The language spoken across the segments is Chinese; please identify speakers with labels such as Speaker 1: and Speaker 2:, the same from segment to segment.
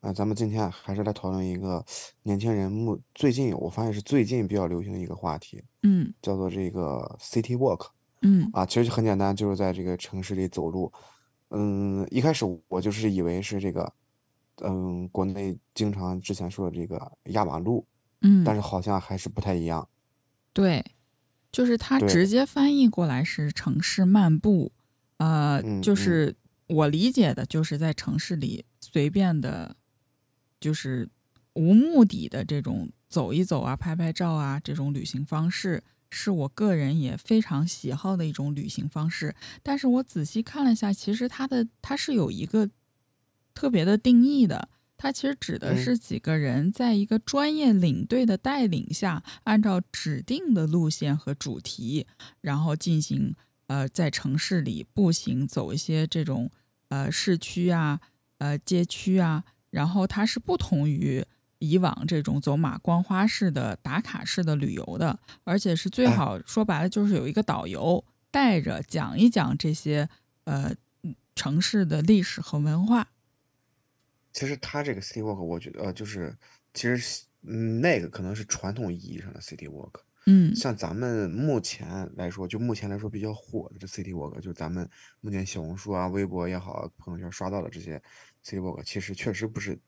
Speaker 1: 啊、咱们今天啊还是来讨论一个年轻人目最近我发现是最近比较流行的一个话题，
Speaker 2: 嗯
Speaker 1: 叫做这个 City Walk
Speaker 2: 嗯
Speaker 1: 啊，其实很简单，就是在这个城市里走路。嗯，一开始我就是以为是这个，嗯，国内经常之前说的这个压马路，
Speaker 2: 嗯，
Speaker 1: 但是好像还是不太一样。
Speaker 2: 对，就是它
Speaker 1: 对
Speaker 2: 直接翻译过来是城市漫步，呃，
Speaker 1: 嗯
Speaker 2: 就
Speaker 1: 嗯
Speaker 2: 是我理解的，就是在城市里随便的，就是无目的的这种走一走啊、拍拍照啊这种旅行方式。是我个人也非常喜好的一种旅行方式，但是我仔细看了一下，其实它的它是有一个特别的定义的。它其实指的
Speaker 1: 嗯
Speaker 2: 是几个人在一个专业领队的带领下，按照指定的路线和主题，然后进行呃在城市里步行走一些这种呃市区啊、呃街区啊，然后它是不同于以往这种走马观花式的打卡式的旅游的，而且是最
Speaker 1: 哎
Speaker 2: 好说白了就是有一个导游带着讲一讲这些呃嗯城市的历史和文化。
Speaker 1: 其实它这个 City Walk，我觉得呃，就是其实是嗯，那个可能是传统意义上的 City Walk。
Speaker 2: 嗯
Speaker 1: 像咱们目前来说，就目前来说比较火的这 City Walk，就是咱们目前小红书啊、微博也好啊、朋友圈刷到的这些 City Walk，其实确实不是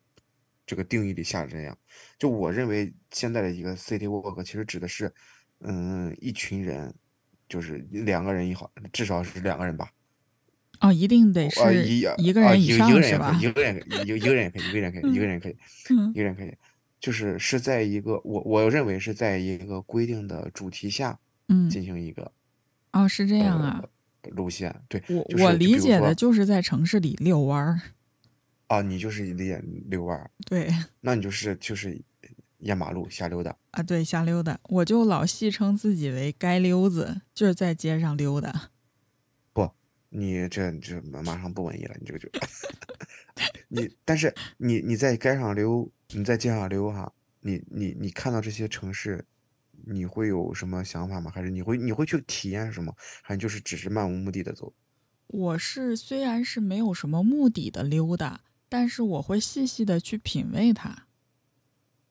Speaker 1: 这个定义里下的这样。就我认为现在的一个 City Walk，其实指的是，嗯，一群人，就是两个人也好，至少是两个人吧，
Speaker 2: 哦，一定得
Speaker 1: 啊，
Speaker 2: 是
Speaker 1: 一
Speaker 2: 一个
Speaker 1: 啊
Speaker 2: 人
Speaker 1: 一个
Speaker 2: 以上
Speaker 1: 一个人
Speaker 2: 是
Speaker 1: 也可
Speaker 2: 吧
Speaker 1: 以，？一个人也可以，一个一个人也可以，一个人也可以，一个人也可以，
Speaker 2: 嗯
Speaker 1: 一个人可以，就是是在一个我我认为是在一个规定的主题下
Speaker 2: 嗯，
Speaker 1: 进行一个
Speaker 2: 哦，是这样啊。
Speaker 1: 路线，对，
Speaker 2: 我
Speaker 1: 呃就
Speaker 2: 我
Speaker 1: 是就比
Speaker 2: 理
Speaker 1: 如
Speaker 2: 解的
Speaker 1: 说
Speaker 2: 就是在城市里遛弯儿，
Speaker 1: 啊，你就是理解遛弯儿，
Speaker 2: 对
Speaker 1: 那你就是就是压马路瞎溜达，
Speaker 2: 啊，对瞎溜达，我就老戏称自己为“街溜子”，就是在街上溜达。
Speaker 1: 不，你这这马马上不文艺了，你这个就 你，但是你你在街上溜，你在街上溜哈，你你你看到这些城市，你会有什么想法吗？还是你会你会去体验什么？还是就是只是漫无目的的走？
Speaker 2: 我是虽然是没有什么目的的溜达，但是我会细细的去品味它。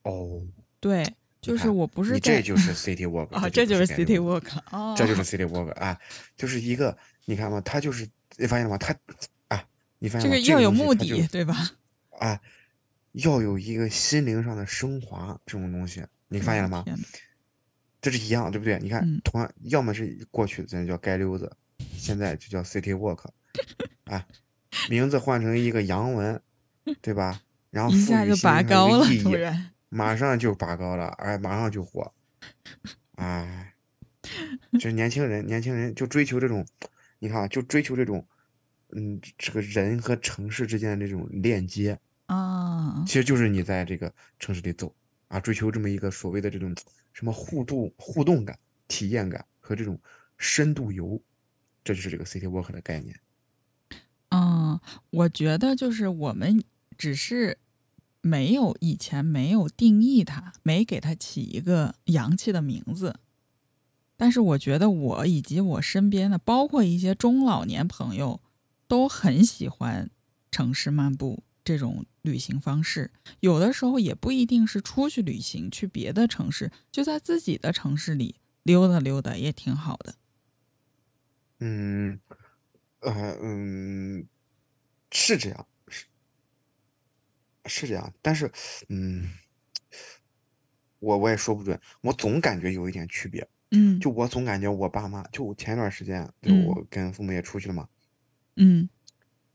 Speaker 1: 哦，
Speaker 2: 对，就是
Speaker 1: 看
Speaker 2: 我不是
Speaker 1: 你这
Speaker 2: 在
Speaker 1: 就是 city walk
Speaker 2: 啊，
Speaker 1: 这
Speaker 2: 这就是
Speaker 1: 街溜
Speaker 2: City
Speaker 1: 达
Speaker 2: Walk 了哦，
Speaker 1: 这就是 city walk 啊，就是一个你看嘛，他就是你发现了吗？他啊，你发现
Speaker 2: 这
Speaker 1: 了
Speaker 2: 个
Speaker 1: 吗
Speaker 2: 要有
Speaker 1: 东西
Speaker 2: 目
Speaker 1: 它就
Speaker 2: 的，对吧？
Speaker 1: 啊，要有一个心灵上的升华这种东西，你发现了
Speaker 2: 我的
Speaker 1: 吗？
Speaker 2: 嗯天呐
Speaker 1: 这是一样，对不对？你看，
Speaker 2: 嗯
Speaker 1: 同样，要么是过去咱叫街溜子，现在就叫 city walk，啊， 名字换成一个洋文，对吧？然后
Speaker 2: 一
Speaker 1: 赋
Speaker 2: 下
Speaker 1: 予
Speaker 2: 就
Speaker 1: 心
Speaker 2: 拔
Speaker 1: 灵上一
Speaker 2: 高
Speaker 1: 个
Speaker 2: 了，
Speaker 1: 意
Speaker 2: 突
Speaker 1: 义，
Speaker 2: 然。
Speaker 1: 马上就拔高了，哎，马上就火，哎，就是年轻人，年轻人就追求这种，你看啊，就追求这种，嗯，这个人和城市之间的这种链接，
Speaker 2: 啊
Speaker 1: 其，实就是你在这个城市里走啊，追求这么一个所谓的这种什么互动、互动感、体验感和这种深度游，这就是这个 city walk 的概念。
Speaker 2: 嗯，我觉得就是我们只是没有以前没有定义它，没给它起一个洋气的名字。但是我觉得我以及我身边的，包括一些中老年朋友，都很喜欢城市漫步这种旅行方式。有的时候也不一定是出去旅行，去别的城市，就在自己的城市里溜达溜达也挺好的。
Speaker 1: 嗯，呃，嗯，是这样，是是这样，但是，嗯，我我也说不准，我总感觉有一点区别。
Speaker 2: 嗯
Speaker 1: 就我总感觉我爸妈，就我前一段时间，就
Speaker 2: 嗯
Speaker 1: 我跟父母也出去了嘛，
Speaker 2: 嗯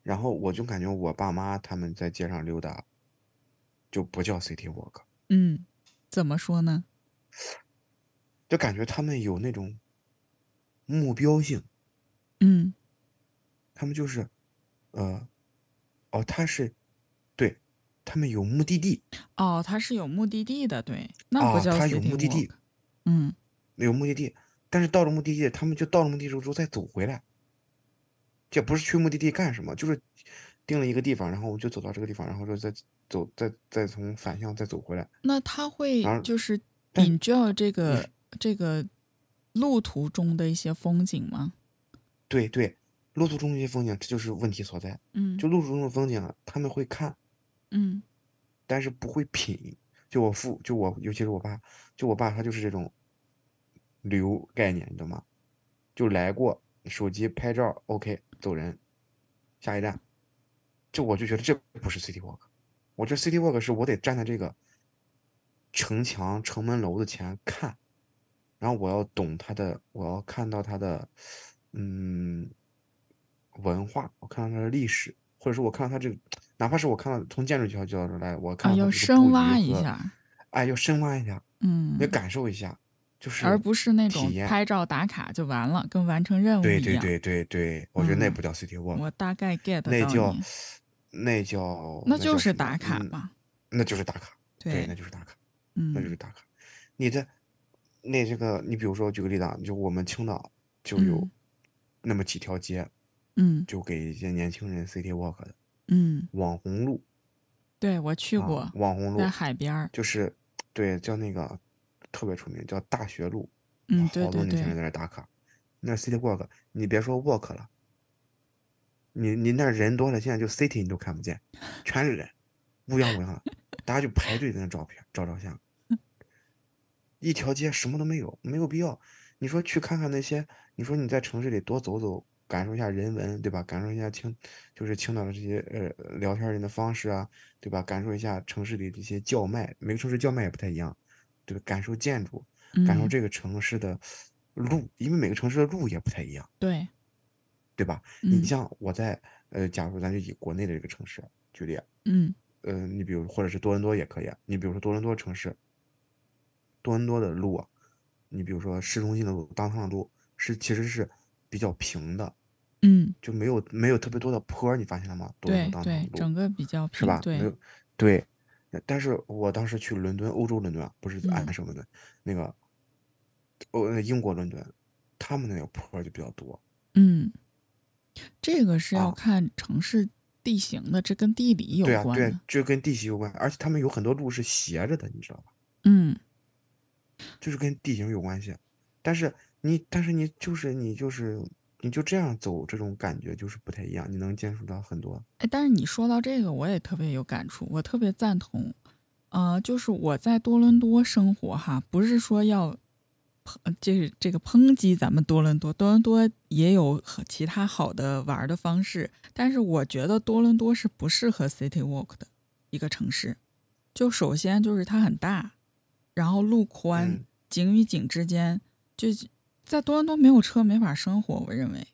Speaker 1: 然后我就感觉我爸妈他们在街上溜达，就不叫 city walk，
Speaker 2: 嗯，怎么说呢？
Speaker 1: 就感觉他们有那种目标性，
Speaker 2: 嗯。
Speaker 1: 他们就是，呃，哦，他是，对，他们有目的地，
Speaker 2: 哦，它是有目的地的，对，那
Speaker 1: 啊
Speaker 2: 不叫 city walk、
Speaker 1: 它有目的地
Speaker 2: 嗯，
Speaker 1: 有目的地，但是到了目的地，他们就到了目的地之后再走回来，这不是去目的地干什么，就是定了一个地方，然后我就走到这个地方，然后就再走，再再从反向再走回来。
Speaker 2: 那他会
Speaker 1: 而
Speaker 2: 就是
Speaker 1: 但嗯
Speaker 2: enjoy 这个这个路途中的一些风景吗？
Speaker 1: 对对，路途中的一些风景，这就是问题所在。
Speaker 2: 嗯，
Speaker 1: 就路途中的风景啊，他们会看，
Speaker 2: 嗯
Speaker 1: 但是不会品。就我父，就我，尤其是我爸，就我爸他就是这种旅游概念，你懂吗？就来过，手机拍照，OK，走人，下一站。这我就觉得这不是 City Walk，我这 City Walk 是我得站在这个城墙、城门楼的前看，然后我要懂它的，我要看到它的，嗯，文化，我看到它的历史，或者说我看到它这个，哪怕是我看到从建筑角角度来，我看
Speaker 2: 啊，
Speaker 1: 到它这个
Speaker 2: 要
Speaker 1: 布
Speaker 2: 深挖
Speaker 1: 局
Speaker 2: 一
Speaker 1: 和，
Speaker 2: 下，
Speaker 1: 哎，要深挖一下，
Speaker 2: 嗯
Speaker 1: 要，感受一下，就是
Speaker 2: 而不是那种
Speaker 1: 体验
Speaker 2: 拍照打卡就完了，跟完成任务
Speaker 1: 对
Speaker 2: 一
Speaker 1: 对
Speaker 2: 样。
Speaker 1: 对对对，我觉得那
Speaker 2: 啊嗯
Speaker 1: 不叫 City Walk，
Speaker 2: 我大概 get 到
Speaker 1: 那叫
Speaker 2: 你，
Speaker 1: 那叫
Speaker 2: 那
Speaker 1: 叫
Speaker 2: 就
Speaker 1: 什
Speaker 2: 是
Speaker 1: 么
Speaker 2: 打卡
Speaker 1: 嗯
Speaker 2: 嘛。
Speaker 1: 那就是打卡，对，那
Speaker 2: 对，
Speaker 1: 就是打卡，那就是
Speaker 2: 嗯
Speaker 1: 打卡。你的那这个，你比如说举个例子啊，就我们青岛就有
Speaker 2: 嗯
Speaker 1: 那么几条街，
Speaker 2: 嗯
Speaker 1: 就给一些年轻人 City Walk 的
Speaker 2: 嗯，
Speaker 1: 网红路
Speaker 2: 对我去
Speaker 1: 啊
Speaker 2: 过，
Speaker 1: 网红路
Speaker 2: 在海边儿。
Speaker 1: 就是对叫那个特别出名叫大学路，
Speaker 2: 嗯，对
Speaker 1: 好多
Speaker 2: 对
Speaker 1: 年轻人
Speaker 2: 对，
Speaker 1: 在那打卡。那 City Walk，你别说 Walk 了，你你那人多了，现在就 City 你都看不见，全是人，乌泱乌泱的，大家就排队在那照片照照相。一条街什么都没有，没有必要。你说去看看那些，你说你在城市里多走走，感受一下人文，对吧？感受一下青，就是青岛的这些呃聊天人的方式啊，对吧？感受一下城市里这些叫卖，每个城市叫卖也不太一样，对吧？感受建筑，感受
Speaker 2: 嗯，
Speaker 1: 这个城市的路，因为每个城市的路也不太一样，
Speaker 2: 嗯对，
Speaker 1: 对吧？你
Speaker 2: 嗯
Speaker 1: 像我在呃，假如咱就以国内的这个城市举例，
Speaker 2: 嗯
Speaker 1: 呃，你比如或者是多伦多也可以啊，你比如说多伦多城市，多伦多的路啊，你比如说市中心的路、当趟的路是其实是比较平的，
Speaker 2: 嗯，
Speaker 1: 就没有没有特别多的坡儿，你发现了吗？多伦
Speaker 2: 对
Speaker 1: 多当趟
Speaker 2: 对
Speaker 1: 的，路
Speaker 2: 整个比较
Speaker 1: 是
Speaker 2: 平，
Speaker 1: 吧？没
Speaker 2: 嗯对，
Speaker 1: 有，对。呃但是我当时去伦敦，欧洲伦敦啊，不是安
Speaker 2: 嗯
Speaker 1: 省伦敦，那个，欧英国伦敦，他们那个坡儿就比较多
Speaker 2: 嗯，这个是要
Speaker 1: 啊
Speaker 2: 看城市地形的，这跟地理有
Speaker 1: 对啊，
Speaker 2: 关
Speaker 1: 对
Speaker 2: 的
Speaker 1: 啊，。这跟地形有关，而且他们有很多路是斜着的，你知道吧？
Speaker 2: 嗯
Speaker 1: 就是跟地形有关系。但是你，但是你就是你就是你就这样走，这种感觉就是不太一样，你能接触到很多。
Speaker 2: 哎，但是你说到这个，我也特别有感触，我特别赞同。呃，就是我在多伦多生活哈，不是说要抨，就是这个抨击咱们多伦多，多伦多也有和其他好的玩儿的方式，但是我觉得多伦多是不适合 City Walk 的一个城市。就首先就是它很大，然后路宽，
Speaker 1: 嗯
Speaker 2: 景与景之间，就在多伦多没有车没法生活，我认为。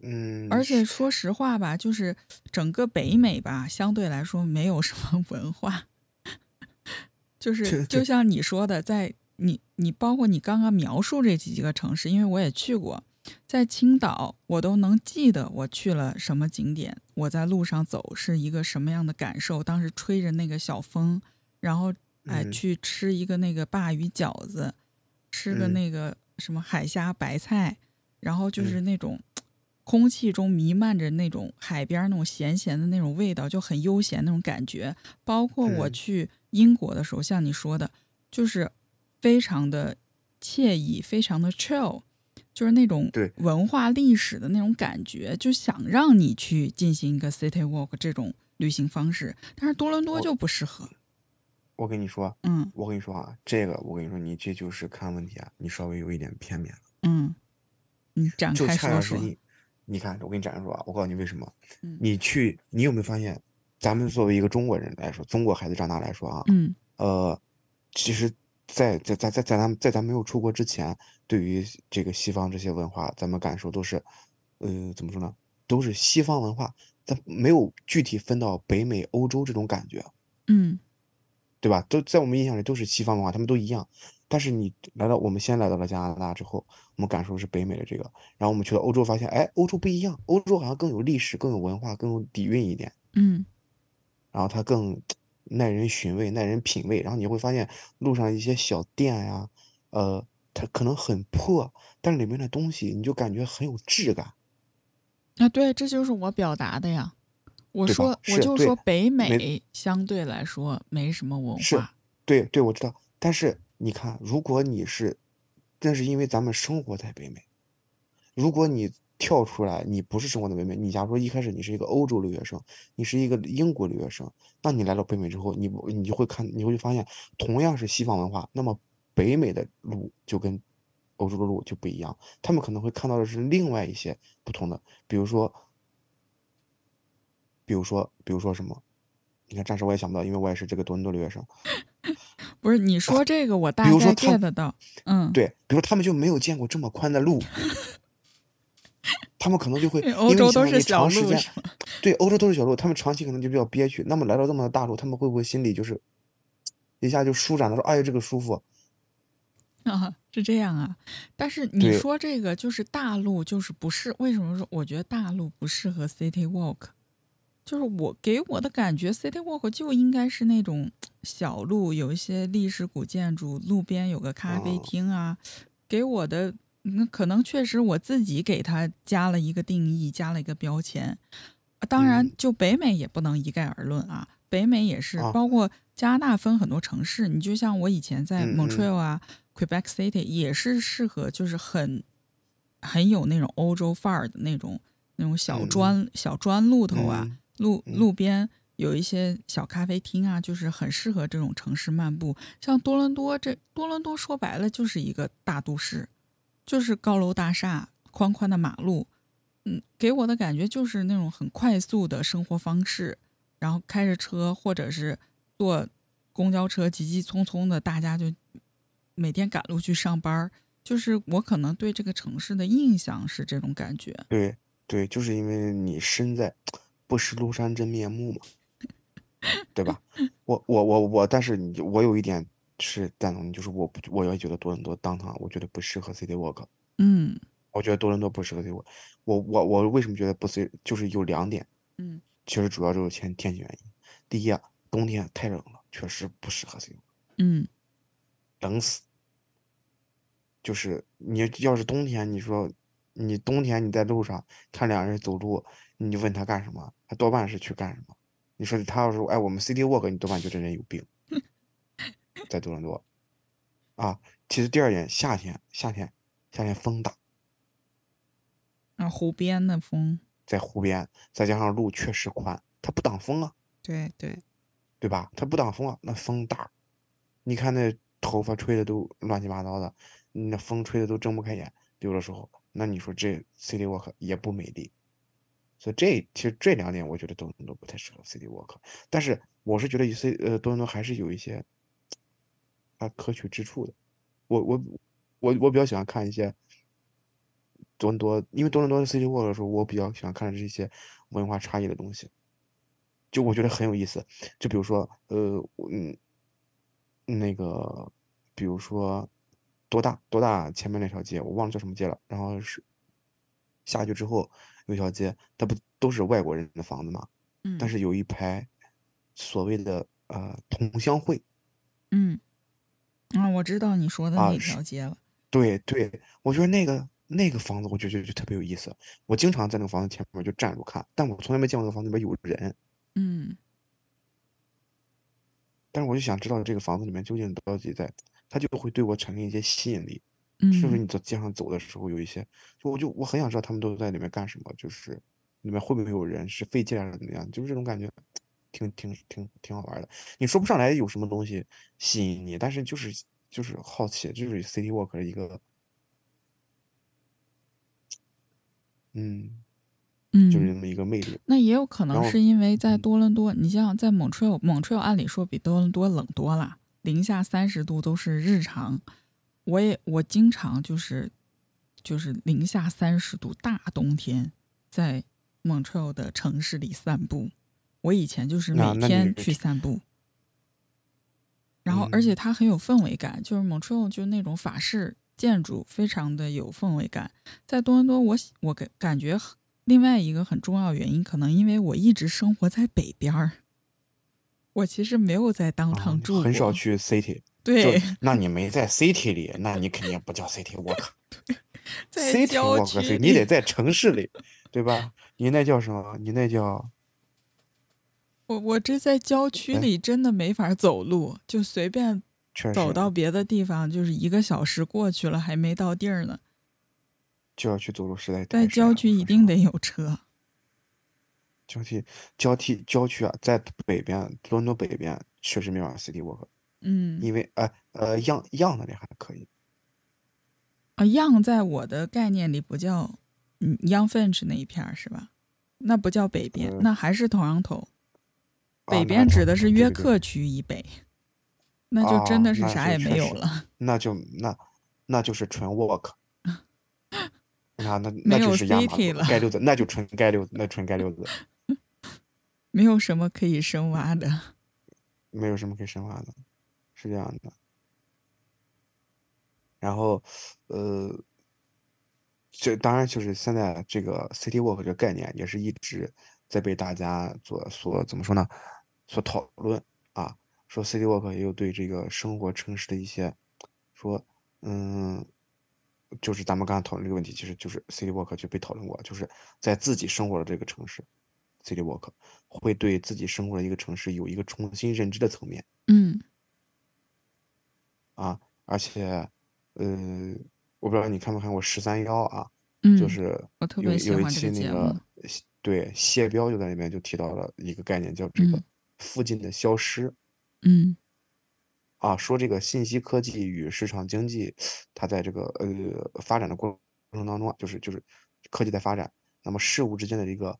Speaker 1: 嗯，
Speaker 2: 而且说实话吧，就是整个北美吧，相对来说没有什么文化，就
Speaker 1: 对
Speaker 2: 是就像你说的，在你你包括你刚刚描述这几个城市，因为我也去过，在青岛我都能记得我去了什么景点，我在路上走是一个什么样的感受，当时吹着那个小风，然后哎
Speaker 1: 嗯
Speaker 2: 去吃一个那个鲅鱼饺子，吃个
Speaker 1: 嗯
Speaker 2: 那个什么海虾白菜，然后就
Speaker 1: 嗯
Speaker 2: 是那种空气中弥漫着那种海边那种咸咸的那种味道，就很悠闲那种感觉。包括我
Speaker 1: 嗯
Speaker 2: 去英国的时候，像你说的，就是非常的惬意，非常的 chill，就是那种
Speaker 1: 对
Speaker 2: 文化历史的那种感觉，就想让你去进行一个 city walk 这种旅行方式。但是多伦多
Speaker 1: 我
Speaker 2: 就不适合，
Speaker 1: 我跟你说，
Speaker 2: 嗯
Speaker 1: 我跟你说啊，这个我跟你说，你这就是看问题啊，你稍微有一点片面。
Speaker 2: 嗯，你展
Speaker 1: 就
Speaker 2: 开
Speaker 1: 恰
Speaker 2: 说
Speaker 1: 恰是
Speaker 2: 说，
Speaker 1: 你，你看，我跟你展示说啊，我告诉你为什么，
Speaker 2: 嗯
Speaker 1: 你去，你有没有发现，咱们作为一个中国人来说，中国孩子长大来说啊，
Speaker 2: 嗯
Speaker 1: 呃，其实在，在在在在咱们在咱没有出国之前，对于这个西方这些文化，咱们感受都是，呃，怎么说呢，都是西方文化，咱没有具体分到北美、欧洲这种感觉，啊
Speaker 2: 嗯
Speaker 1: 对吧？都在我们印象里都是西方文化，他们都一样。但是你来到我们先来到了加拿大之后，我们感受是北美的这个，然后我们去了欧洲，发现哎，欧洲不一样，欧洲好像更有历史、更有文化、更有底蕴一点，
Speaker 2: 嗯
Speaker 1: 然后它更耐人寻味、耐人品味。然后你会发现路上一些小店呀，呃，它可能很破，但是里面的东西你就感觉很有质感。
Speaker 2: 啊，对，这就是我表达的呀。我
Speaker 1: 对吧
Speaker 2: 说，我
Speaker 1: 是
Speaker 2: 就
Speaker 1: 对
Speaker 2: 说北美
Speaker 1: 没
Speaker 2: 相对来说没什么文
Speaker 1: 是
Speaker 2: 化，
Speaker 1: 对对，我知道。但是你看，如果你是，那是因为咱们生活在北美。如果你跳出来，你不是生活在北美，你假如说一开始你是一个欧洲留学生，你是一个英国留学生，那你来到北美之后，你不你就会看，你会发现同样是西方文化，那么北美的路就跟欧洲的路就不一样，他们可能会看到的是另外一些不同的，比如说，比如说，比如说什么？你看，暂时我也想不到，因为我也是这个多伦多留学生。
Speaker 2: 不是你说这个我大
Speaker 1: 啊比如
Speaker 2: 概
Speaker 1: 说他
Speaker 2: get 到，嗯，
Speaker 1: 对，比如他们就没有见过这么宽的路，他们可能就会
Speaker 2: 因为
Speaker 1: 因
Speaker 2: 欧
Speaker 1: 为你
Speaker 2: 洲
Speaker 1: 想
Speaker 2: 都
Speaker 1: 想
Speaker 2: 是
Speaker 1: 你
Speaker 2: 小
Speaker 1: 长时
Speaker 2: 路
Speaker 1: 间
Speaker 2: 是
Speaker 1: 对欧洲都是小路，他们长期可能就比较憋屈。那么来到这么大陆，他们会不会心里就是一下就舒展了，说哎呀这个舒服？
Speaker 2: 啊，是这样啊。但是你
Speaker 1: 对
Speaker 2: 说这个就是大陆，就是不适。为什么说我觉得大陆不适合 City Walk？就是我给我的感觉，City Walk 就应该是那种小路，有一些历史古建筑，路边有个咖啡
Speaker 1: 哦
Speaker 2: 厅啊。给我的，嗯，可能确实我自己给它加了一个定义，加了一个标签。啊当然
Speaker 1: 嗯，
Speaker 2: 就北美也不能一概而论啊。北美也是，
Speaker 1: 啊
Speaker 2: 包括加拿大分很多城市。你就像我以前在
Speaker 1: 嗯嗯
Speaker 2: Montreal 啊、Quebec City 也是适合，就是很很有那种欧洲范儿的那种那种小
Speaker 1: 嗯嗯
Speaker 2: 砖、小砖路头啊，
Speaker 1: 嗯
Speaker 2: 路
Speaker 1: 嗯
Speaker 2: 路边有一些小咖啡厅啊，就是很适合这种城市漫步。像多伦多这，多伦多说白了就是一个大都市，就是高楼大厦、宽宽的马路，嗯，给我的感觉就是那种很快速的生活方式，然后开着车或者是坐公交车，急急匆匆的，大家就每天赶路去上班儿。就是我可能对这个城市的印象是这种感觉，
Speaker 1: 对对，就是因为你身在不识庐山真面目嘛，对吧？我我我我，但是你我有一点是赞同你，就是我不我也觉得多伦多当堂我觉得不适合 City Walk。
Speaker 2: 嗯
Speaker 1: 我觉得多伦多不适合对我。我我我为什么觉得不适？就是有两点，
Speaker 2: 嗯
Speaker 1: 其实主要就是前天气原因。第一啊，冬天太冷了，确实不适合 C
Speaker 2: 嗯
Speaker 1: 冷死。就是你要是冬天，你说你冬天你在路上看两人走路，你就问他干什么，他多半是去干什么。你说他要是哎我们 City Walk，你多半觉得这人有病，在多伦多啊。其实第二点，夏天夏天夏天风大，
Speaker 2: 啊，湖边的风，
Speaker 1: 在湖边，再加上路确实宽，它不挡风啊，
Speaker 2: 对对，
Speaker 1: 对吧？它不挡风啊，那风大，你看那头发吹的都乱七八糟的，那风吹的都睁不开眼，有的时候，那你说这 City Walk 也不美丽。所以这其实这两点我觉得多伦多不太适合 City Walk，但是我是觉得 C 呃多伦多还是有一些它可取之处的。我我我我比较喜欢看一些多伦多，因为多伦多的 City Walk 的时候，我比较喜欢看这些文化差异的东西，就我觉得很有意思。就比如说，呃，我嗯，那个，比如说多大多大前面那条街，我忘了叫什么街了。然后是下去之后有一条街，它不都是外国人的房子嘛？
Speaker 2: 嗯，
Speaker 1: 但是有一排所谓的呃同乡会，
Speaker 2: 嗯，啊，我知道你说的
Speaker 1: 啊
Speaker 2: 那
Speaker 1: 是
Speaker 2: 条街了。
Speaker 1: 对对，我觉得那个那个房子，我就觉得就特别有意思。我经常在那个房子前面就站着看，但我从来没见过那个房子里面有人。
Speaker 2: 嗯
Speaker 1: 但是我就想知道这个房子里面究竟到底在，它就会对我产生一些吸引力。是不是
Speaker 2: 嗯
Speaker 1: 你走街上走的时候有一些，就我就我很想知道他们都在里面干什么，就是里面会不会有人是费劲儿啊怎么样，就是这种感觉，挺挺挺挺好玩儿的。你说不上来有什么东西吸引你，但是就是就是好奇，就是 City Walk 的一个，嗯，
Speaker 2: 嗯，
Speaker 1: 就是这么一个魅力。
Speaker 2: 那也有可
Speaker 1: 然
Speaker 2: 能
Speaker 1: 后
Speaker 2: 是因为在
Speaker 1: 嗯
Speaker 2: 多伦多，你像在蒙特利尔，蒙特利尔按理说比多伦多冷多了，零下三十度都是日常。我也我经常就是就是零下三十度大冬天在蒙特利尔的城市里散步。我以前就是
Speaker 1: 啊那
Speaker 2: 每
Speaker 1: 那你
Speaker 2: 天
Speaker 1: 这
Speaker 2: 去散步，然后而且
Speaker 1: 嗯
Speaker 2: 它很有氛围感，就是蒙特利尔就是那种法式建筑，非常的有氛围感。在多伦多，我喜我感感觉很另外一个很重要原因，可能因为我一直生活在北边儿，我其实没有在当
Speaker 1: 啊
Speaker 2: 趟住过，
Speaker 1: 很少去 city。
Speaker 2: 对
Speaker 1: 就，那你没在 city 里，那你肯定不叫 city walk。
Speaker 2: 在
Speaker 1: city
Speaker 2: 郊
Speaker 1: walk
Speaker 2: 区
Speaker 1: 是你得
Speaker 2: 里
Speaker 1: 在城市里，对吧？你那叫什么？你那叫
Speaker 2: 我我这在郊区
Speaker 1: 哎
Speaker 2: 里真的没法走路，就随便
Speaker 1: 确实
Speaker 2: 走到别的地方，就是一个小时过去了，还没到地儿呢。
Speaker 1: 郊区走路实在
Speaker 2: 在
Speaker 1: 太
Speaker 2: 郊
Speaker 1: 少
Speaker 2: 区
Speaker 1: 了
Speaker 2: 一
Speaker 1: 说实
Speaker 2: 定
Speaker 1: 话
Speaker 2: 得有车。
Speaker 1: 交替交替郊区啊，在北边，多伦多北边确实没法 city walk，
Speaker 2: 嗯，
Speaker 1: 因为呃呃样样那里还可以，
Speaker 2: 啊，Young 在我的概念里不叫嗯 Young Finch 那一片儿是吧？那不叫北边，
Speaker 1: 嗯
Speaker 2: 那还是同阳头。
Speaker 1: 啊
Speaker 2: 北
Speaker 1: 那
Speaker 2: 边
Speaker 1: 还
Speaker 2: 指
Speaker 1: 好
Speaker 2: 的是
Speaker 1: 对
Speaker 2: 约
Speaker 1: 对对
Speaker 2: 克区以北，那就真的
Speaker 1: 啊
Speaker 2: 是
Speaker 1: 那
Speaker 2: 啥
Speaker 1: 是
Speaker 2: 也
Speaker 1: 确
Speaker 2: 没有
Speaker 1: 实
Speaker 2: 了，
Speaker 1: 那就那那就是纯 walk，那那
Speaker 2: 没
Speaker 1: 那就
Speaker 2: 有
Speaker 1: 是压马
Speaker 2: city
Speaker 1: 路
Speaker 2: 了
Speaker 1: 街溜子，那就纯街溜子，那纯街溜子，
Speaker 2: 没有什么可以深挖的。
Speaker 1: 没有什么可以深挖的，是这样的。然后，呃，这当然就是现在这个 City Walk 这个概念也是一直在被大家所所怎么说呢？所讨论啊，说 City Walk 也有对这个生活城市的一些说，嗯，就是咱们刚才讨论这个问题，其实就是 City Walk 就被讨论过，就是在自己生活的这个城市，City Walk 会对自己生活的一个城市有一个重新认知的层面。
Speaker 2: 嗯
Speaker 1: 啊，而且，呃，我不知道你看没看过十三幺啊，
Speaker 2: 嗯，
Speaker 1: 就是
Speaker 2: 我特
Speaker 1: 有
Speaker 2: 别
Speaker 1: 一
Speaker 2: 喜
Speaker 1: 有一
Speaker 2: 欢这
Speaker 1: 期
Speaker 2: 个
Speaker 1: 那
Speaker 2: 节
Speaker 1: 个
Speaker 2: 目
Speaker 1: 谢对谢彪就在里面就提到了一个概念，叫这个
Speaker 2: 嗯
Speaker 1: 附近的消失
Speaker 2: 嗯
Speaker 1: 啊，说这个信息科技与市场经济，它在这个呃发展的过程当中啊，就是就是科技在发展，那么事物之间的一个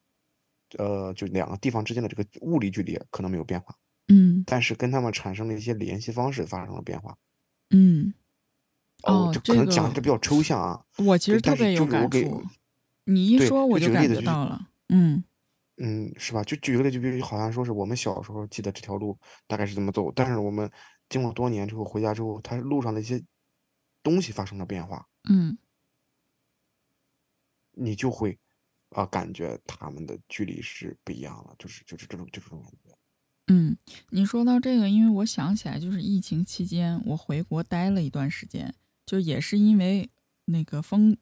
Speaker 1: 呃就两个地方之间的这个物理距离可能没有变化，
Speaker 2: 嗯
Speaker 1: 但是跟他们产生的一些联系方式发生了变化。
Speaker 2: 嗯，哦
Speaker 1: 我就可
Speaker 2: 这
Speaker 1: 能讲的
Speaker 2: 个
Speaker 1: 比较抽象啊，
Speaker 2: 我其
Speaker 1: 对
Speaker 2: 实特
Speaker 1: 但是
Speaker 2: 别有
Speaker 1: 就是我
Speaker 2: 感
Speaker 1: 给
Speaker 2: 触，你一
Speaker 1: 对
Speaker 2: 说我
Speaker 1: 就举
Speaker 2: 就
Speaker 1: 个
Speaker 2: 感
Speaker 1: 例子
Speaker 2: 觉
Speaker 1: 就
Speaker 2: 到了，嗯
Speaker 1: 嗯，是吧？就举个例子，就比如好像说是我们小时候记得这条路大概是怎么走，但是我们经过多年之后回家之后，它路上的一些东西发生了变化，
Speaker 2: 嗯
Speaker 1: 你就会啊、感觉他们的距离是不一样了，就是就是这种就这种感觉。
Speaker 2: 嗯，你说到这个，因为我想起来，就是疫情期间我回国待了一段时间，就也是因为那个封，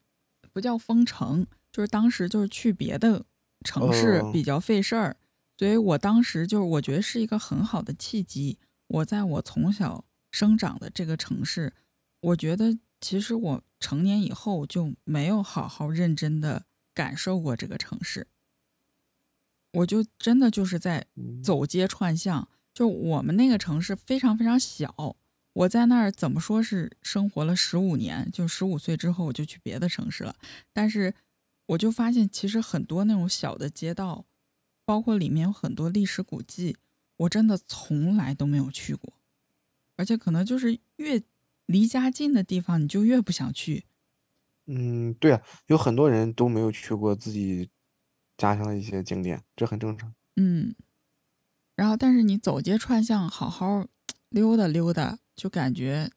Speaker 2: 不叫封城，就是当时就是去别的城市
Speaker 1: 哦
Speaker 2: 比较费事儿，所以我当时就是我觉得是一个很好的契机。我在我从小生长的这个城市，我觉得其实我成年以后就没有好好认真的感受过这个城市，我就真的就是在
Speaker 1: 嗯
Speaker 2: 走街串巷。就我们那个城市非常非常小，我在那儿怎么说是生活了十五年，就十五岁之后我就去别的城市了，但是我就发现其实很多那种小的街道，包括里面有很多历史古迹，我真的从来都没有去过，而且可能就是越离家近的地方，你就越不想去。
Speaker 1: 嗯，对啊，有很多人都没有去过自己家乡的一些景点，这很正常。
Speaker 2: 嗯，然后但是你走街串巷，好好溜达溜达，就感觉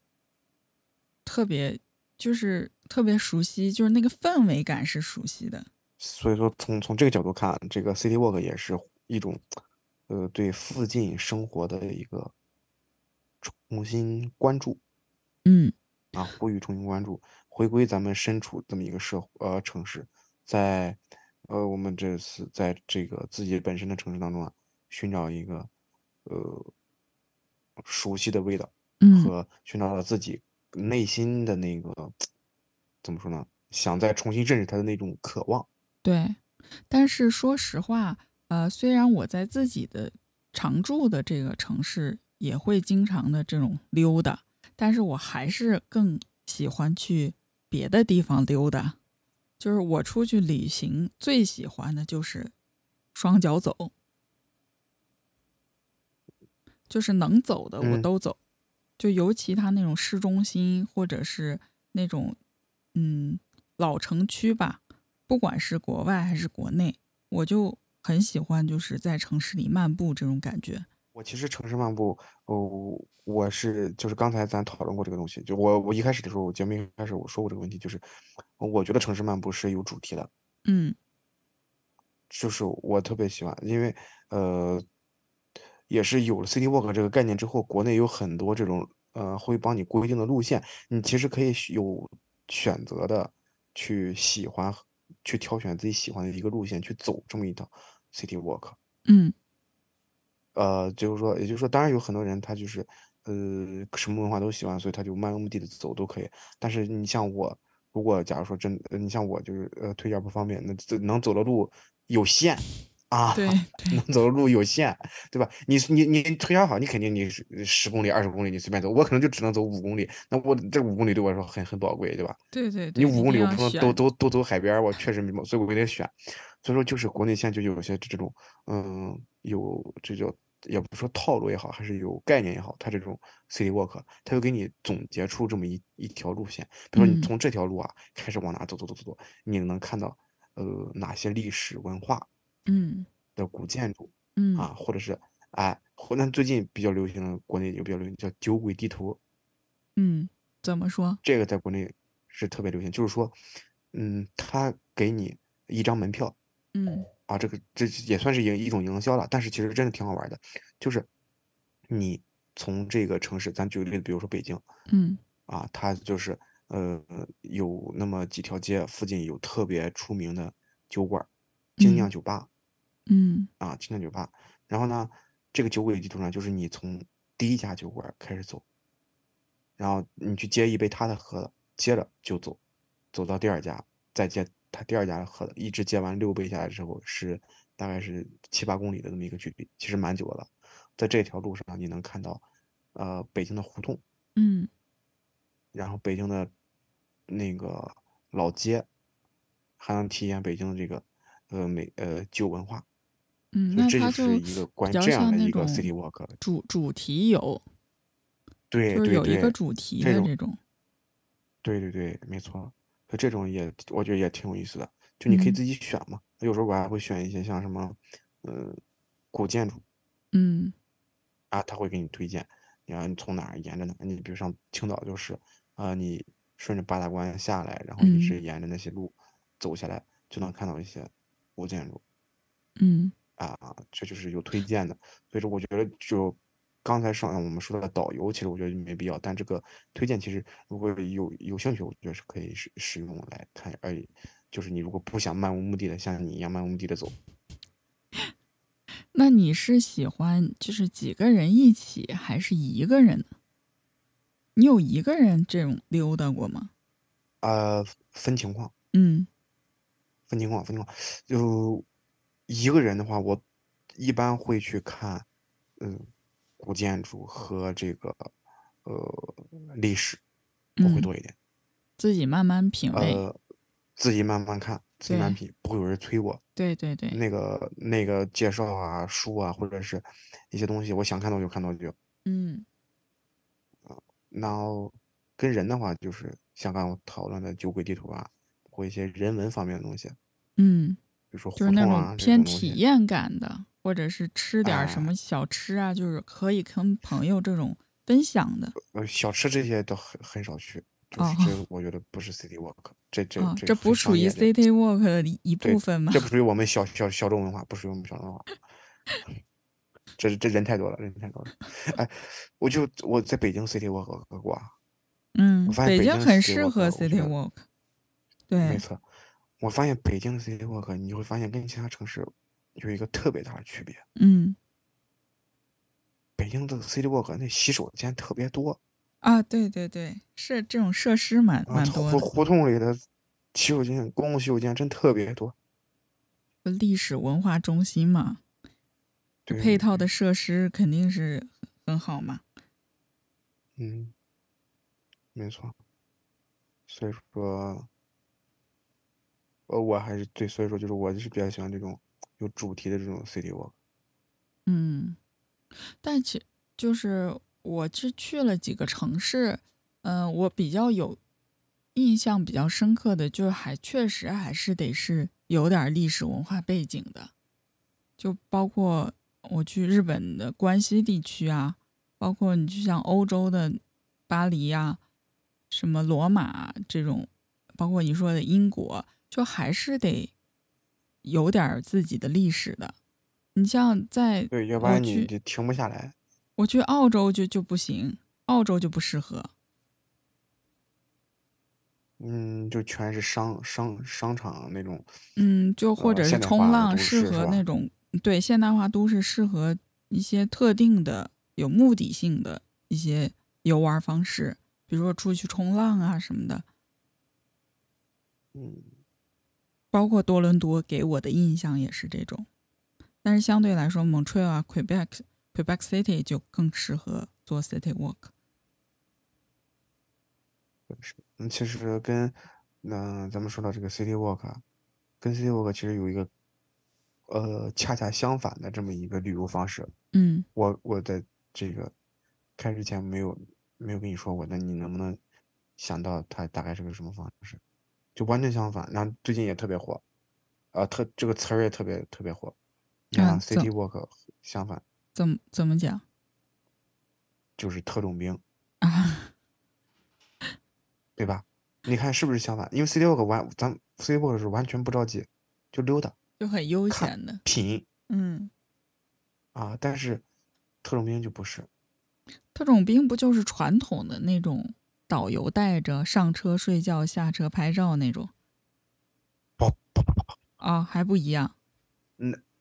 Speaker 2: 特别，就是特别熟悉，就是那个氛围感是熟悉的。
Speaker 1: 所以说从从这个角度看，这个 city walk 也是一种，呃，对附近生活的一个重新关注
Speaker 2: 嗯
Speaker 1: 啊，呼吁重新关注，回归咱们身处这么一个社呃城市，在呃我们这次在这个自己本身的城市当中啊，寻找一个呃熟悉的味道
Speaker 2: 嗯
Speaker 1: 和寻找到自己内心的那个怎么说呢？想再重新认识它的那种渴望。
Speaker 2: 对，但是说实话，呃，虽然我在自己的常住的这个城市也会经常的这种溜达，但是我还是更喜欢去别的地方溜达。就是我出去旅行最喜欢的就是双脚走，就是能走的我
Speaker 1: 嗯
Speaker 2: 都走，就尤其它那种市中心或者是那种嗯老城区吧，不管是国外还是国内，我就很喜欢就是在城市里漫步这种感觉。
Speaker 1: 我其实城市漫步，哦，我是就是刚才咱讨论过这个东西，就我我一开始的时候，我节目一开始我说过这个问题，就是我觉得城市漫步是有主题的，
Speaker 2: 嗯
Speaker 1: 就是我特别喜欢，因为呃，也是有了 City Walk 这个概念之后，国内有很多这种呃会帮你规定的路线，你其实可以选有选择的去喜欢和去挑选自己喜欢的一个路线去走这么一条 City Walk。
Speaker 2: 嗯
Speaker 1: 呃，就是说，也就是说，当然有很多人他就是，呃，什么文化都喜欢，所以他就漫无目的的走都可以。但是你像我，如果假如说真，呃你像我就是呃腿脚不方便，那这能走的路有限啊，
Speaker 2: 对
Speaker 1: 能走的路有限，对吧？你你你腿脚好，你肯定你呃十公里、二十公里你随便走，我可能就只能走五公里，那我这五公里对我来说很很宝贵，对吧？
Speaker 2: 对对对，
Speaker 1: 你五公里
Speaker 2: 一
Speaker 1: 我
Speaker 2: 定
Speaker 1: 不能
Speaker 2: 要选
Speaker 1: 都都都走海边儿，我确实没，所以我得选。所以说，就是国内现在就有些这种，嗯，有这叫也不说套路也好，还是有概念也好，它这种 city walk，它会给你总结出这么一一条路线。比如说，你
Speaker 2: 嗯
Speaker 1: 从这条路啊、开始往哪走走走走走，你能看到呃哪些历史文化
Speaker 2: 嗯
Speaker 1: 的古建筑
Speaker 2: 嗯
Speaker 1: 啊，或者是哎，湖南最近比较流行的国内有比较流行叫酒鬼地图，
Speaker 2: 嗯，怎么说？
Speaker 1: 这个在国内是特别流行，就是说，嗯，他给你一张门票
Speaker 2: 嗯
Speaker 1: 啊，这个这也算是一一种营销了，但是其实真的挺好玩的，就是你从这个城市，咱举个例子，比如说北京
Speaker 2: 嗯
Speaker 1: 啊，它就是呃有那么几条街附近有特别出名的酒馆儿、精酿
Speaker 2: 嗯
Speaker 1: 酒吧，
Speaker 2: 嗯
Speaker 1: 啊，青年酒吧。然后呢，这个酒鬼地图呢，就是你从第一家酒馆开始走，然后你去接一杯他的喝的，接着就走，走到第二家，再接他第二家的喝的，一直接完六杯下来之后，是大概是七八公里的这么一个距离，其实蛮久的了。在这条路上，你能看到，呃，北京的胡同，
Speaker 2: 嗯
Speaker 1: 然后北京的那个老街，还能体验北京的这个呃美呃旧文化。
Speaker 2: 嗯，
Speaker 1: 所以
Speaker 2: 那
Speaker 1: 这
Speaker 2: 它
Speaker 1: 就是
Speaker 2: 比
Speaker 1: 一个关于
Speaker 2: 较
Speaker 1: 这样
Speaker 2: 像
Speaker 1: 的
Speaker 2: 那
Speaker 1: 一个
Speaker 2: 种
Speaker 1: city walk
Speaker 2: 主主题游，
Speaker 1: 对
Speaker 2: 就是
Speaker 1: 对
Speaker 2: 有一个
Speaker 1: 对
Speaker 2: 主题
Speaker 1: 这
Speaker 2: 的
Speaker 1: 种
Speaker 2: 这种。
Speaker 1: 对对对，没错。所以这种也我觉得也挺有意思的，就你可以
Speaker 2: 嗯
Speaker 1: 自己选嘛。有时候我还会选一些像什么，呃，古建筑
Speaker 2: 嗯
Speaker 1: 啊，他会给你推荐，然后你从哪儿沿着哪儿，你比如上青岛就是，啊，你顺着八大关下来，然后一直
Speaker 2: 嗯
Speaker 1: 沿着那些路走下来，就能看到一些古建筑。
Speaker 2: 嗯
Speaker 1: 啊，这就是有推荐的。所以说，我觉得就刚才上我们说的导游，其实我觉得没必要，但这个推荐其实如果有有兴趣，我觉得是可以使使用来看。而已。就是你如果不想漫无目的的像你一样漫无目的的走，
Speaker 2: 那你是喜欢就是几个人一起，还是一个人呢？你有一个人这种溜达过吗？
Speaker 1: 呃，分情况，
Speaker 2: 嗯
Speaker 1: 分情况，分情况。就一个人的话，我一般会去看，嗯，古建筑和这个呃历史，我会
Speaker 2: 嗯
Speaker 1: 多一点。
Speaker 2: 自己慢慢品味。
Speaker 1: 呃，自己慢慢看，自己慢慢
Speaker 2: 对
Speaker 1: 品，不会有人催我。
Speaker 2: 对对对，
Speaker 1: 那个那个介绍啊、书啊，或者是一些东西，我想看到就看到就。
Speaker 2: 嗯
Speaker 1: 然后跟人的话，就是像刚刚我讨论的酒鬼地图啊，或一些人文方面的东西，比
Speaker 2: 嗯，
Speaker 1: 如说胡
Speaker 2: 就是那
Speaker 1: 同
Speaker 2: 种
Speaker 1: 啊这
Speaker 2: 偏
Speaker 1: 种东
Speaker 2: 体
Speaker 1: 西。
Speaker 2: 验感的，或者是吃点儿什
Speaker 1: 哎
Speaker 2: 么小吃啊，就是可以跟朋友这种分享的。
Speaker 1: 呃，小吃这些都很很少去，就是
Speaker 2: 哦
Speaker 1: 这我觉得不是 city walk，这这
Speaker 2: 啊，
Speaker 1: 这
Speaker 2: 这
Speaker 1: 很
Speaker 2: 不
Speaker 1: 商
Speaker 2: 属于
Speaker 1: 业这
Speaker 2: City Walk 的一一
Speaker 1: 对
Speaker 2: 部分吗
Speaker 1: 这？不属于我们小小小众文化，不属于我们小众文化。 这这人太多了，人太多了。哎，我就我在北京 City Walk 喝过啊，
Speaker 2: 嗯，
Speaker 1: 我发现北
Speaker 2: 北京
Speaker 1: 京
Speaker 2: 很
Speaker 1: City
Speaker 2: 适
Speaker 1: Walk，
Speaker 2: 合
Speaker 1: 我觉
Speaker 2: City
Speaker 1: 得
Speaker 2: Walk。
Speaker 1: 没
Speaker 2: 对，
Speaker 1: 错。我发现北京的 City Walk，你会发现跟其他城市有一个特别大的区别。
Speaker 2: 嗯
Speaker 1: 北京的 City Walk 那洗手间特别多，
Speaker 2: 啊，对对对，是这种设施蛮
Speaker 1: 啊，
Speaker 2: 蛮多
Speaker 1: 胡
Speaker 2: 的，
Speaker 1: 胡同里的洗手间、公共洗手间真特别多。
Speaker 2: 历史文化中心嘛，
Speaker 1: 对，
Speaker 2: 配套的设施肯定是很好嘛。
Speaker 1: 嗯，没错。所以说，呃，我还是对，所以说就是我就是比较喜欢这种有主题的这种 City Walk。
Speaker 2: 嗯，但其就是我是去了几个城市，嗯、我比较有印象比较深刻的，就是还确实还是得是有点儿历史文化背景的，就包括我去日本的关西地区啊，包括你去像欧洲的巴黎呀、什么罗马这种，包括你说的英国，就还是得有点儿自己的历史的。你像在
Speaker 1: 对，要不
Speaker 2: 我
Speaker 1: 然你
Speaker 2: 去
Speaker 1: 就停不下来。
Speaker 2: 我去澳洲就就不行，澳洲就不适合。
Speaker 1: 嗯，就全是商商商场那种，
Speaker 2: 嗯，就或
Speaker 1: 呃
Speaker 2: 者是
Speaker 1: 现代
Speaker 2: 冲
Speaker 1: 化的
Speaker 2: 浪
Speaker 1: 都
Speaker 2: 适
Speaker 1: 市是
Speaker 2: 合
Speaker 1: 吧
Speaker 2: 那种对现代化都市适合一些特定的有目的性的一些游玩方式，比如说出去冲浪啊什么的。
Speaker 1: 嗯，
Speaker 2: 包括多伦多给我的印象也是这种，但是相对来说，Montreal 啊、Quebec、Quebec City 就更适合做 City Walk。
Speaker 1: 是，嗯，其实跟，嗯、咱们说到这个 City Walk，啊，跟 City Walk 其实有一个，呃，恰恰相反的这么一个旅游方式。
Speaker 2: 嗯
Speaker 1: 我我在这个开之前没有没有跟你说过，那你能不能想到它大概是个什么方式？就完全相反，然后最近也特别火，啊、特这个词儿也特别特别火。你看
Speaker 2: 啊
Speaker 1: 啊
Speaker 2: 怎
Speaker 1: ，City Walk 相反
Speaker 2: 怎么怎么讲
Speaker 1: 就是特种兵，
Speaker 2: 啊？
Speaker 1: 对吧？你看是不是相反？因为 City Walk 完，咱 City Walk 是完全不着急，就溜达。
Speaker 2: 就很悠
Speaker 1: 看
Speaker 2: 闲的，
Speaker 1: 品
Speaker 2: 嗯。
Speaker 1: 啊，但是特种兵就不是，
Speaker 2: 特种兵不就是传统的那种导游带着上车睡觉、下车拍照那种
Speaker 1: 不不不，
Speaker 2: 啊、还不一样。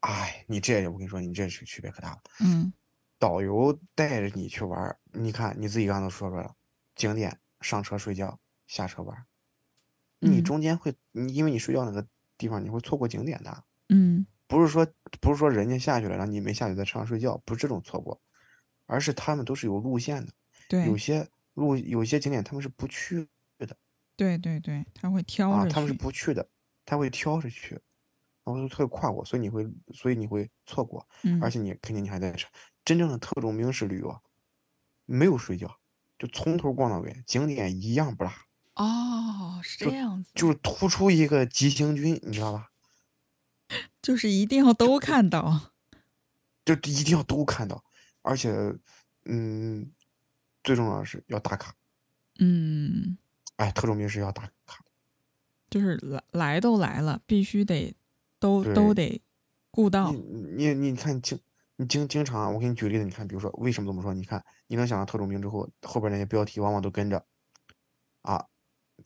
Speaker 1: 哎，你这我跟你说，你这是区别可大了。
Speaker 2: 嗯
Speaker 1: 导游带着你去玩儿，你看你自己刚才都说出来了，景点上车睡觉，下车玩儿，你
Speaker 2: 嗯
Speaker 1: 中间会，你因为你睡觉那个地方，你会错过景点的，
Speaker 2: 嗯
Speaker 1: 不是说不是说人家下去了，然后你没下去在车上睡觉，不是这种错过，而是他们都是有路线的，
Speaker 2: 对
Speaker 1: 有些路有些景点他们是不去
Speaker 2: 对对对，他会挑
Speaker 1: 啊，
Speaker 2: 着去。
Speaker 1: 他们是不去的，他会挑着去，然后他会跨过，所以你会，所以你会错过，
Speaker 2: 嗯
Speaker 1: 而且你肯定你还在这。真正的特种兵式旅游，啊，没有睡觉，就从头逛到尾，景点一样不落，
Speaker 2: 哦，是这样子，
Speaker 1: 就是突出一个急行军，你知道吧？
Speaker 2: 就是一定要都看到。
Speaker 1: 就一定要都看到，而且，嗯，最重要的是要打卡，
Speaker 2: 嗯，
Speaker 1: 哎，特种兵是要打卡，
Speaker 2: 就是来来都来了，必须得都都得顾到
Speaker 1: 你。你你看经你经经常啊，我给你举例子，你看，比如说为什么这么说？你看，你能想到特种兵之后，后边那些标题往往都跟着啊，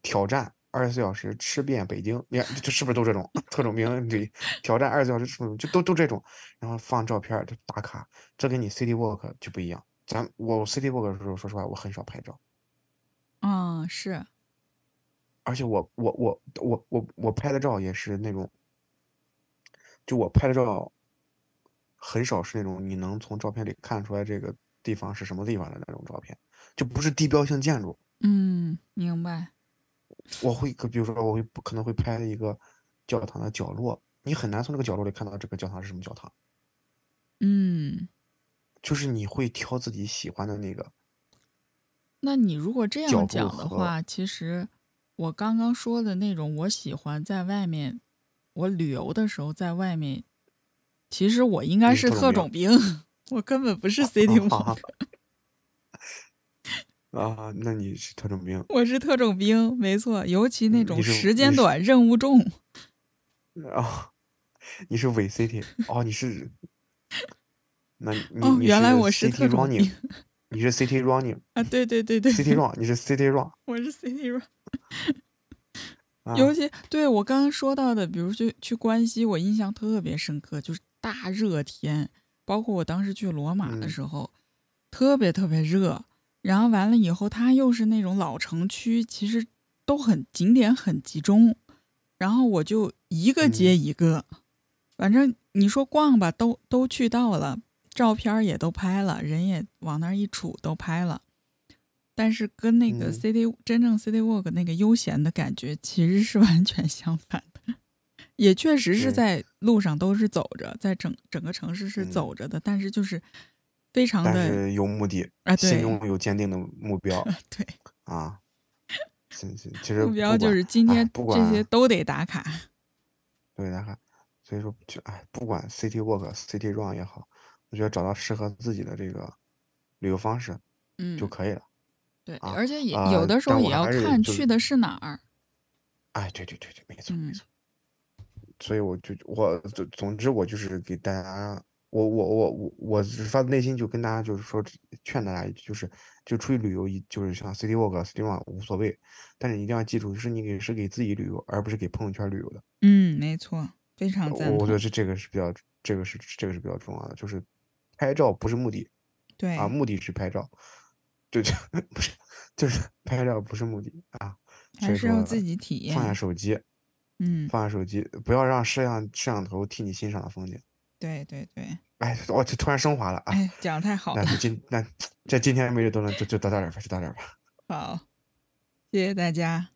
Speaker 1: 挑战二十四小时吃遍北京，你看这是不是都这种特种兵对挑战二十四小时吃遍就都都这种，然后放照片儿就打卡，这跟你 City Walk 就不一样。咱我 City Walk 的时候，说实话，我很少拍照，
Speaker 2: 啊、是，
Speaker 1: 而且我我我我我我拍的照也是那种，就我拍的照，很少是那种你能从照片里看出来这个地方是什么地方的那种照片，就不是地标性建筑。
Speaker 2: 嗯，明白。
Speaker 1: 我会，比如说我会可能会拍一个教堂的角落，你很难从这个角落里看到这个教堂是什么教堂，
Speaker 2: 嗯，
Speaker 1: 就是你会挑自己喜欢的那个。
Speaker 2: 那你如果这
Speaker 1: 脚
Speaker 2: 样
Speaker 1: 步
Speaker 2: 讲的
Speaker 1: 和
Speaker 2: 话，其实我刚刚说的那种，我喜欢在外面，我旅游的时候在外面，其实我应该
Speaker 1: 你
Speaker 2: 是
Speaker 1: 是
Speaker 2: 特
Speaker 1: 特
Speaker 2: 种
Speaker 1: 种
Speaker 2: 兵，我根本不是 City
Speaker 1: 啊
Speaker 2: Walk，
Speaker 1: 哈哈啊，那你是特种兵。
Speaker 2: 我是特种兵，没错，尤其
Speaker 1: 嗯
Speaker 2: 那
Speaker 1: 你
Speaker 2: 种
Speaker 1: 你是
Speaker 2: 时间
Speaker 1: 你是
Speaker 2: 短、任务重，
Speaker 1: 哦， 你是伪 CT 哦，你是，那你、
Speaker 2: 哦
Speaker 1: 你
Speaker 2: 原来我是
Speaker 1: CT
Speaker 2: 特种
Speaker 1: running，你是 CT
Speaker 2: 啊，对对对对，
Speaker 1: running，CT run，你是 CT run，
Speaker 2: 我是 City Walk。
Speaker 1: 啊，
Speaker 2: 尤其对我刚刚说到的，比如去去关西，我印象特别深刻，就是大热天，包括我当时去罗马的
Speaker 1: 嗯
Speaker 2: 时候，特别特别热。然后完了以后，它又是那种老城区，其实都很景点很集中。然后我就一个
Speaker 1: 嗯
Speaker 2: 接一个，反正你说逛吧，都都去到了，照片儿也都拍了，人也往那儿一杵都拍了。但是跟那个
Speaker 1: 嗯
Speaker 2: city、真正 city walk 那个悠闲的感觉其实是完全相反的，也确实是
Speaker 1: 对
Speaker 2: 在路上都是走着，在整整个城市是
Speaker 1: 嗯
Speaker 2: 走着的，但是就是非常
Speaker 1: 但
Speaker 2: 的
Speaker 1: 是有目的，
Speaker 2: 啊，
Speaker 1: 心
Speaker 2: 对
Speaker 1: 中有坚定的目标
Speaker 2: 对，
Speaker 1: 啊，行行，其实
Speaker 2: 目标
Speaker 1: 不
Speaker 2: 就
Speaker 1: 管
Speaker 2: 是今天
Speaker 1: 哎不
Speaker 2: 这些
Speaker 1: 管
Speaker 2: 都得打卡，
Speaker 1: 对咱看，所以说就哎，不管 CT walk、CT run 也好，我觉得找到适合自己的这个旅游方式
Speaker 2: 嗯
Speaker 1: 就，可以了。
Speaker 2: 对，
Speaker 1: 啊
Speaker 2: 而且也、
Speaker 1: 呃
Speaker 2: 有的时候
Speaker 1: 但
Speaker 2: 也
Speaker 1: 我
Speaker 2: 要
Speaker 1: 还是
Speaker 2: 看
Speaker 1: 就是
Speaker 2: 去的是哪儿，
Speaker 1: 哎，对对对对，没错没
Speaker 2: 嗯
Speaker 1: 错。所以我就我总总之我就是给大家我我我我我只发自内心就跟大家就是说劝大家一句，就是就出去旅游一就是像 city walk、city 啊 walk 无所谓，但是一定要记住是你给是给自己旅游，而不是给朋友圈旅游的。
Speaker 2: 嗯，没错，非常赞
Speaker 1: 我我觉
Speaker 2: 同
Speaker 1: 得。这这个是比较这个是这个是比较重要的，就是拍照不是目的
Speaker 2: 对，
Speaker 1: 啊，目的是拍照，对， 就不是就是拍照不是目的啊，所
Speaker 2: 还
Speaker 1: 以
Speaker 2: 是要
Speaker 1: 说
Speaker 2: 自己体
Speaker 1: 放下
Speaker 2: 验。
Speaker 1: 手机，
Speaker 2: 嗯，
Speaker 1: 放下手机，不要让摄像摄像头替你欣赏风景。
Speaker 2: 对对对，
Speaker 1: 哎，我这突然升华了啊！
Speaker 2: 哎，讲得太好
Speaker 1: 那
Speaker 2: 了，
Speaker 1: 就今那这今天没得多了，就就到这儿吧，就到这儿吧。
Speaker 2: 好，谢谢大家。